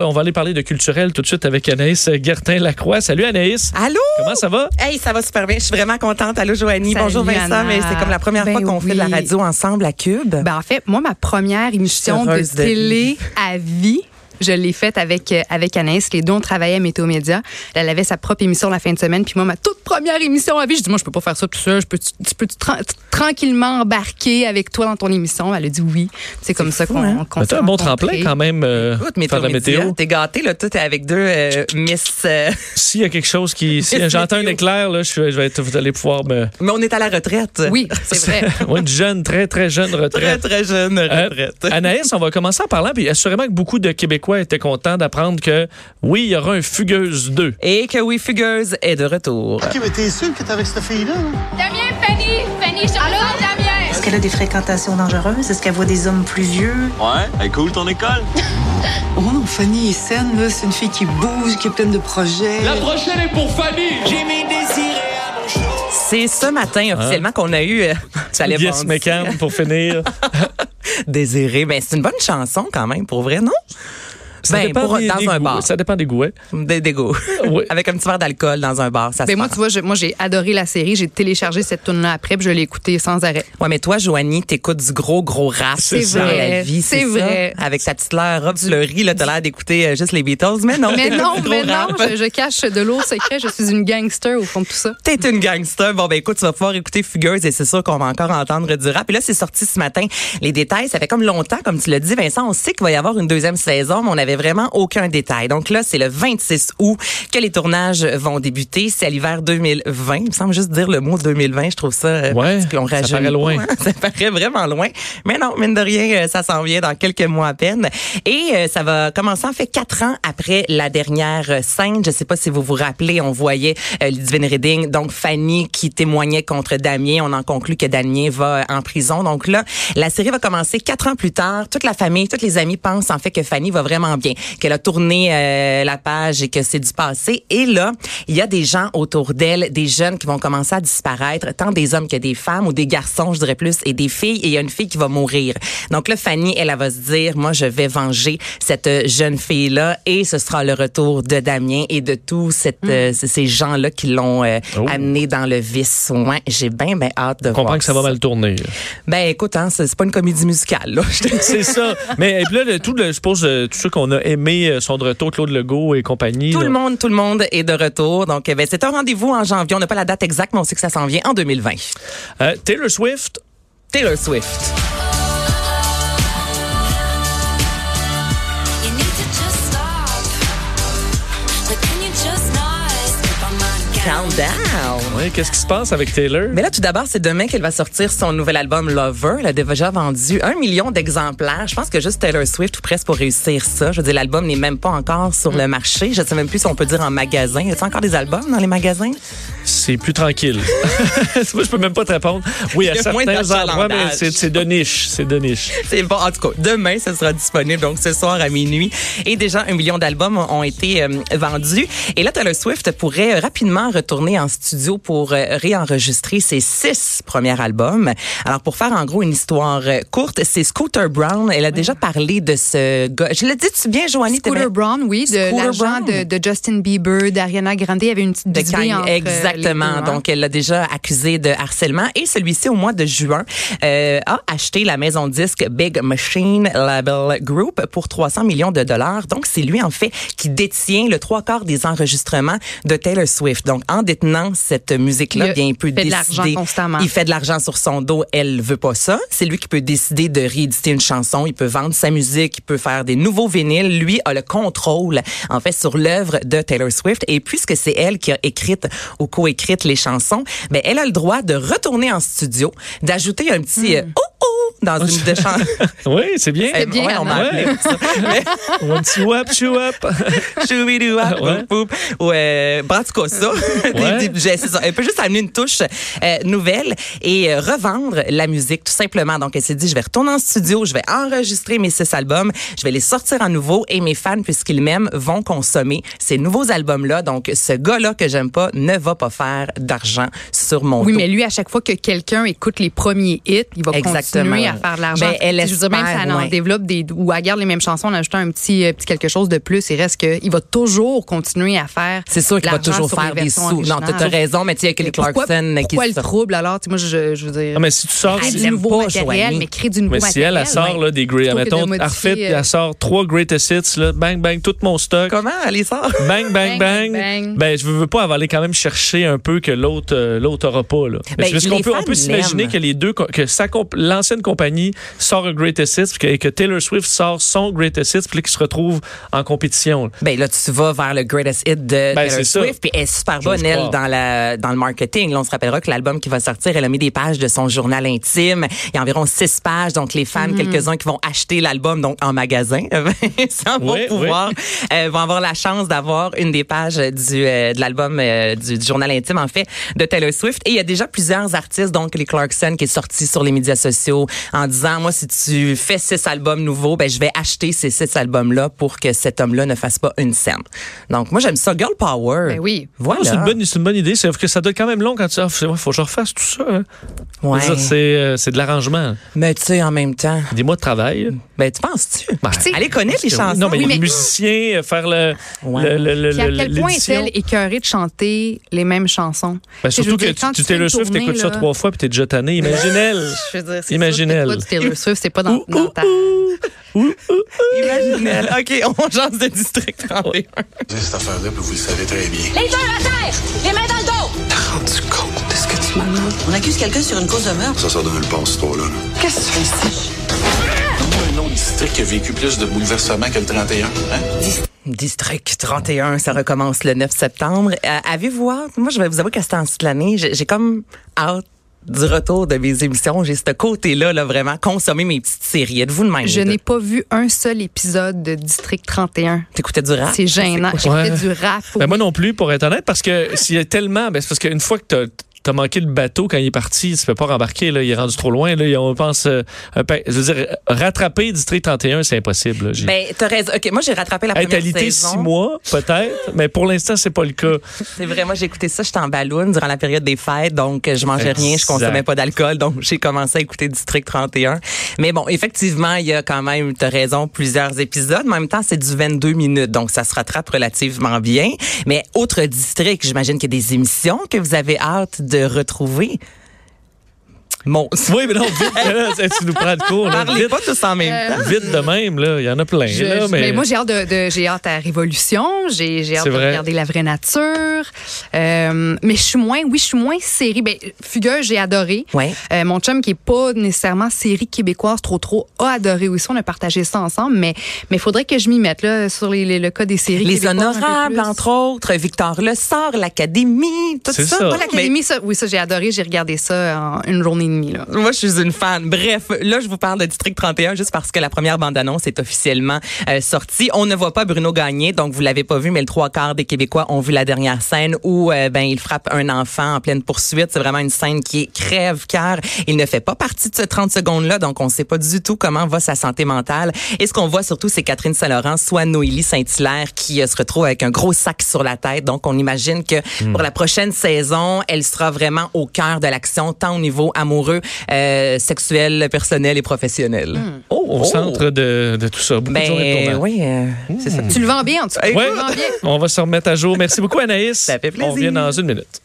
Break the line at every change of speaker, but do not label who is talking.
On va aller parler de culturel tout de suite avec Anaïs Gertin-Lacroix. Salut Anaïs.
Allô?
Comment ça va?
Hey, ça va super bien. Je suis vraiment contente. Allô, Joanie.
Salut,
Bonjour, Vincent.
Anna.
Mais c'est comme la première
Ben
fois qu'on fait de la
oui.
radio ensemble à Cube.
Ben, en fait, moi, ma première émission de
Heureuse de
télé à vie, je l'ai faite avec, euh, avec Anaïs, les deux, on travaillait à Météo Média. Elle avait sa propre émission la fin de semaine, puis moi, ma toute première émission à vie, je dis, moi, je peux pas faire ça tout seul, je peux, tu peux tranquillement embarquer avec toi dans ton émission. Elle a dit oui. C'est comme ça
fou,
qu'on
hein?
qu'on
Ben,
s'est
T'as un bon
rencontrés.
tremplin quand même euh,
Ben, Écoute,
faire
météo,
la
média,
météo.
T'es gâté, là. Tout est avec deux euh, Miss. euh,
S'il y a quelque chose qui... Si
Météo.
j'entends un éclair, là, je, suis- je vais être, vous allez pouvoir me...
mais on est à la retraite.
Oui, c'est vrai.
Ouais, une jeune, très, très jeune
Très,
retraite.
très jeune
Euh,
retraite.
Anaïs, on va commencer en parlant, puis assurément que beaucoup de Québécois étaient contents d'apprendre que, oui, il y aura un Fugueuse 2.
Et que oui, Fugueuse est de retour.
Ok, mais t'es sûr que t'es avec cette fille-là? là?
Damien, Fanny, Fanny, je Allô, Damien.
Est-ce qu'elle a des fréquentations dangereuses? Est-ce qu'elle voit des hommes plus vieux?
Ouais, elle est cool ton école.
Oh non, Fanny est saine, là. C'est une fille qui bouge, qui est pleine de projets.
C'est ce matin officiellement qu'on a eu. euh, J'allais
Ah. Yes,
vendre-
McCann, pour finir.
Désiré. Ben, c'est une bonne chanson quand même, pour vrai, non?
Ça
ben,
dépend
pour,
des-
dans
des
un
goûts.
bar.
Ça dépend des goûts. hein.
Des, des goûts.
Oui.
Avec un petit verre d'alcool dans un bar. Ça se
Ben, moi,
passe.
tu vois, je- moi, j'ai adoré la série, j'ai téléchargé cette tune-là après, puis je l'ai écoutée sans arrêt.
Ouais, mais toi, Joanie, t'écoutes du gros, gros rap
C'est
dans
vrai,
la vie.
c'est
ça?
vrai.
Avec ta petite l'air robe fleurie, là, t'as l'air d'écouter euh, juste les Beatles. Mais non,
Mais
t'écoutes
non,
du gros
mais non,
rap.
je, je cache de l'eau secret, je suis une gangster au fond de tout ça.
T'es une gangster. Bon, ben écoute, tu vas pouvoir écouter Fugueuse et c'est sûr qu'on va encore entendre du rap. Et là, c'est sorti ce matin. Les détails, ça fait comme longtemps, comme tu l'as dit, Vincent, on sait qu'il va y avoir une deuxième saison, mais on n'avait vraiment aucun détail. Donc là, c'est le 26 août que les tournages vont débuter. C'est à l'hiver 2020. Il me semble juste dire le mot 2020. Je trouve ça... euh,
Ouais,
parce que l'on
ça
rajeunit
paraît
pas,
loin.
hein. Ça paraît vraiment loin. Mais non, mine de rien, euh, ça s'en vient dans quelques mois à peine. Et euh, ça va commencer en fait quatre ans après la dernière euh, scène. Je sais pas si vous vous rappelez, on voyait euh, Ludivine Redding, donc Fanny qui témoignait contre Damien. On en conclut que Damien va euh, en prison. Donc là, la série va commencer quatre ans plus tard. Toute la famille, tous les amis pensent en fait que Fanny va vraiment bien, qu'elle a tourné euh, la page et que c'est du passé. Et là, il y a des gens autour d'elle, des jeunes qui vont commencer à disparaître, tant des hommes que des femmes ou des garçons, je dirais plus, et des filles. Et il y a une fille qui va mourir. Donc là, Fanny, elle, elle va se dire, moi, je vais venger cette euh, jeune fille-là. Et ce sera le retour de Damien et de tous cette, euh, c- ces gens-là qui l'ont euh,
Hmm. Oh.
amené dans le vice. Ouais, j'ai bien, bien hâte de
Je comprends
voir
que ça va mal tourner.
Ben écoute, hein, c'est c'est pas une comédie musicale. Là. Je te-
C'est ça. Mais et puis là, le- tout, le, je suppose, euh, tous ceux qu'on a aimé euh, sont de retour, Claude Legault et compagnie.
Tout le
là.
monde, tout le monde est de retour. Donc, euh, ben, c'est un rendez-vous en janvier. On n'a pas la date exacte, mais on sait que ça s'en vient en 2020.
Euh, Taylor Swift,
Taylor Swift.
You need to just stop. Like, can you just not step on my
Calm down.
Ouais, qu'est-ce qui se passe avec Taylor?
Mais là, tout d'abord, c'est demain qu'elle va sortir son nouvel album Lover. Elle a déjà vendu un million d'exemplaires. Je pense que juste Taylor Swift ou presque pour réussir ça. Je veux dire, l'album n'est même pas encore sur le marché. Je sais même plus si on peut dire en magasin. Y a encore des albums dans les magasins?
C'est plus tranquille. Moi, je peux même pas te répondre. Oui, à
Il y a moins
certains endroits,
d'achalandage.
mais c'est c'est de niche. C'est de niche.
C'est bon. En tout cas, demain, ce sera disponible. Donc, ce soir à minuit. Et déjà, un million d'albums ont- ont été euh, vendus. Et là, Taylor Swift pourrait euh, rapidement retourner en studio pour euh, réenregistrer ses six premiers albums. Alors, pour faire en gros une histoire euh, courte, c'est Scooter Brown. Elle a déjà parlé de ce gars. Je le dis-tu bien, Joanie?
Scooter
t'aimais-
Brown, oui, de
Scooter
l'agent
Braun.
de, de Justin Bieber, d'Ariana Grande. Il y avait une petite
de
bisbille
Kanye.
entre, euh, les
Exactement.
deux, hein.
Donc, elle l'a déjà accusé de harcèlement. Et celui-ci, au mois de juin, euh, a acheté la maison de disque Big Machine Label Group pour 300 millions de dollars. Donc, c'est lui, en fait, qui détient le trois quarts des enregistrements de Taylor Swift. Donc, en détenant cette
Il
musique-là,
a
bien, il peut
fait de l'argent
décider.
constamment.
Il fait de l'argent sur son dos. Elle veut pas ça. C'est lui qui peut décider de rééditer une chanson. Il peut vendre sa musique. Il peut faire des nouveaux vinyles. Lui a le contrôle, en fait, sur l'œuvre de Taylor Swift. Et puisque c'est elle qui a écrite ou co-écrite les chansons, ben, elle a le droit de retourner en studio, d'ajouter un petit euh, oh oh dans une de chansons.
Oui, c'est bien.
Hmm. C'est bien, hein?
Ouais, on m'a
Anna.
appelé pour ça. Mais-
Ou un petit wap, chou up.
Choubidou, hop,
Ouais.
poup, poup. Ou, euh, bon, en tout cas, ça.
Ouais.
Des- des- j'ai- c'est ça. Elle peut juste amener une touche euh, nouvelle et euh, revendre la musique, tout simplement. Donc, elle s'est dit, je vais retourner en studio, je vais enregistrer mes six albums, je vais les sortir à nouveau et mes fans, puisqu'ils m'aiment, vont consommer ces nouveaux albums-là. Donc, ce gars-là que j'aime pas ne va pas faire d'argent sur mon
Oui,
dos.
mais lui, à chaque fois que quelqu'un écoute les premiers hits, il va
Exactement.
continuer à faire de l'argent.
Ben, elle
Je veux dire, même si
espère,
elle en
ouais.
développe des, ou elle garde les mêmes chansons en ajoutant un petit, euh, petit quelque chose de plus, il reste que, il va toujours continuer à faire.
C'est sûr qu'il va
l'argent
toujours
sur les
faire des
versions
sous. Non,
originales.
t'as t'as raison, mais tu sais, il y a Kelly
Mais pourquoi-
Clarkson euh, qui
Pourquoi le
sort.
trouble alors? Tu sais, Moi, je, je veux dire.
Ah, mais si tu sors.
crée
Elle
du
l'aime
nouveau
pas,
matériel,
Joanie.
mais crée du nouveau
Mais si
matériel.
elle, elle sort
ouais.
là, des Grey,
Plutôt que de
mettons,
modifier,
Arfit,
euh,
elle sort trois greatest hits, là, bang, bang, tout mon stock.
Comment elle les sort?
Bang bang bang,
Bang, bang, bang.
Ben, je veux pas avaler quand même chercher un peu que l'autre euh, l'autre aura pas. Là.
Ben,
Je veux- est-ce
les
qu'on peut, on
fans
peut s'imaginer
l'aiment.
que les deux, co- que sa comp- l'ancienne compagnie sort un Greatest Hits puis que- et que, Taylor Swift sort son Greatest Hits puis qu'ils se retrouvent en compétition.
Ben là, tu vas vers le greatest hit
Ben,
de
c'est
Taylor
ça.
Swift, puis elle est super
J'ose
bonne, elle,
croire.
dans, la, dans le marketing. Là, on se rappellera que l'album qui va sortir, elle a mis des pages de son journal intime. Il y a environ six pages, donc les fans,
Mm-hmm.
quelques-uns qui vont acheter l'album donc en magasin, sans
Oui, oui.
pouvoir, euh, vont avoir la chance d'avoir une des pages du, euh, de l'album euh, du, du journal intime, en fait, de Taylor Swift. Et il y a déjà plusieurs artistes, donc les Clarkson, qui est sorti sur les médias sociaux en disant, moi, si tu fais six albums nouveaux, ben, je vais acheter ces six albums-là pour que cet homme-là ne fasse pas une scène. Donc, moi, j'aime ça. Girl Power.
Ben oui.
Voilà.
Non, C'est une bonne, c'est une bonne idée. Sauf que ça doit être quand même long quand tu dis, ah, c'est- ouais, faut que je refasse tout ça. hein.
Ouais.
Je veux dire, C'est euh, c'est de l'arrangement.
Mais tu sais, en même temps,
Des mois de travail.
ben, tu penses-tu?
Ben,
tu sais,
Allez connaître les
Oui,
chansons.
Non, mais
Oui,
les
mais-
musiciens, euh, faire le. le-
Ouais.
le- le-
Puis à quel point
l'édition.
est-elle écœurée de chanter les mêmes chansons?
Ben,
Tu sais, je
surtout
veux
que
dire,
tu,
quand
tu
fais une
Taylor Swift,
tournée,
t'écoutes ça
là,
trois fois puis t'es déjà tanné. Imagine elle.
Je veux dire, c'est
Imagine
sûr que
elle.
toi, du Taylor Swift, c'est pas dans, dans ta...
Imagine-elle. OK, on change de district.
Cette affaire-là, puis vous le savez très bien.
Les jambes à terre! Les mains dans le dos!
Rendu compte de ce que tu m'as
On accuse quelqu'un sur une cause de meurtre.
Ça sort de nulle part, cette histoire-là.
Qu'est-ce que tu fais ici?
Un autre district qui a vécu plus de bouleversements que le 31, hein?
District 31, ça recommence le 9 septembre. Euh, Avez-vous hâte? Moi, je vais vous avouer qu'à ce temps-ci de l'année, j'ai j'ai comme hâte du retour de mes émissions. J'ai ce côté-là, là, vraiment, consommer mes petites séries. Êtes-vous de même?
Je n'ai
n'ai
pas vu un seul épisode de District 31.
T'écoutais du rap?
Ah, C'est gênant. J'ai
Ouais.
fait du rap.
Ben, moi non plus, pour être honnête, parce que s'il y a tellement, ben, c'est parce qu'une fois que t'as t'as manqué le bateau quand il est parti, tu peux pas rembarquer, là, il est rendu trop loin, là, on pense, euh, un pa- je veux dire, rattraper District 31, c'est impossible, là, j'ai-
Ben, t'as raison. OK, moi, j'ai rattrapé la première
Intalité,
saison.
six mois, peut-être, mais pour l'instant, c'est pas le cas.
C'est vrai, moi, j'ai écouté ça, j'étais en balloune durant la période des fêtes, donc euh, je mangeais rien, je
Exact.
consommais pas d'alcool, donc j'ai commencé à écouter District 31. Mais bon, effectivement, il y a quand même, t'as raison, plusieurs épisodes. Mais en même temps, c'est du 22 minutes, donc ça se rattrape relativement bien. Mais autre district, j'imagine qu'il y a des émissions que vous avez hâte de retrouver. Mon...
Oui, mais non, vite, là, tu nous prends de cours, là,
Parlez
vite,
pas tous en
Euh,
même temps.
vite de même, là, il y en a plein,
Je-
là,
je-
mais,
ben,
mais moi, j'ai hâte, de, de- j'ai hâte à Révolution. J'ai, j'ai hâte
C'est
de
vrai.
regarder La Vraie Nature. Euh, mais je suis moins, oui, je suis moins série. Ben, Fugueuse, j'ai adoré.
Ouais.
Euh, mon chum, qui est pas nécessairement série québécoise trop, trop, a adoré aussi. On a partagé ça ensemble. Mais il faudrait que je m'y mette là, sur les, les- le cas des séries
Les
québécoises un peu
honorables,
plus.
entre autres, Victor Lessard, l'Académie, tout
C'est
ça.
ça.
Moi,
Ah, l'Académie, ça, oui, ça, j'ai adoré. J'ai regardé ça en une journée et demie. Là.
Moi, je suis une fan. Bref, là, je vous parle de District 31 juste parce que la première bande-annonce est officiellement euh, sortie. On ne voit pas Bruno Gagné, donc vous l'avez pas vu, mais le trois quarts des Québécois ont vu la dernière scène où euh, ben il frappe un enfant en pleine poursuite. C'est vraiment une scène qui est crève cœur. Il ne fait pas partie de ce 30 secondes-là, donc on ne sait pas du tout comment va sa santé mentale. Et ce qu'on voit surtout, c'est Catherine Saint-Laurent, soit Noélie Saint-Hilaire, qui euh, se retrouve avec un gros sac sur la tête. Donc, on imagine que pour la prochaine saison, elle sera vraiment au cœur de l'action, tant au niveau amoureux, euh, sexuel, personnel et professionnel. Oh,
au
oh.
centre de, de tout ça, beaucoup de journées de
Ben
tournage.
oui, euh, c'est ça.
Tu le vends bien, en tout cas.
Ouais,
Tu le vends bien.
on va se remettre à jour. Merci beaucoup, Anaïs.
Ça fait plaisir.
On revient dans une minute.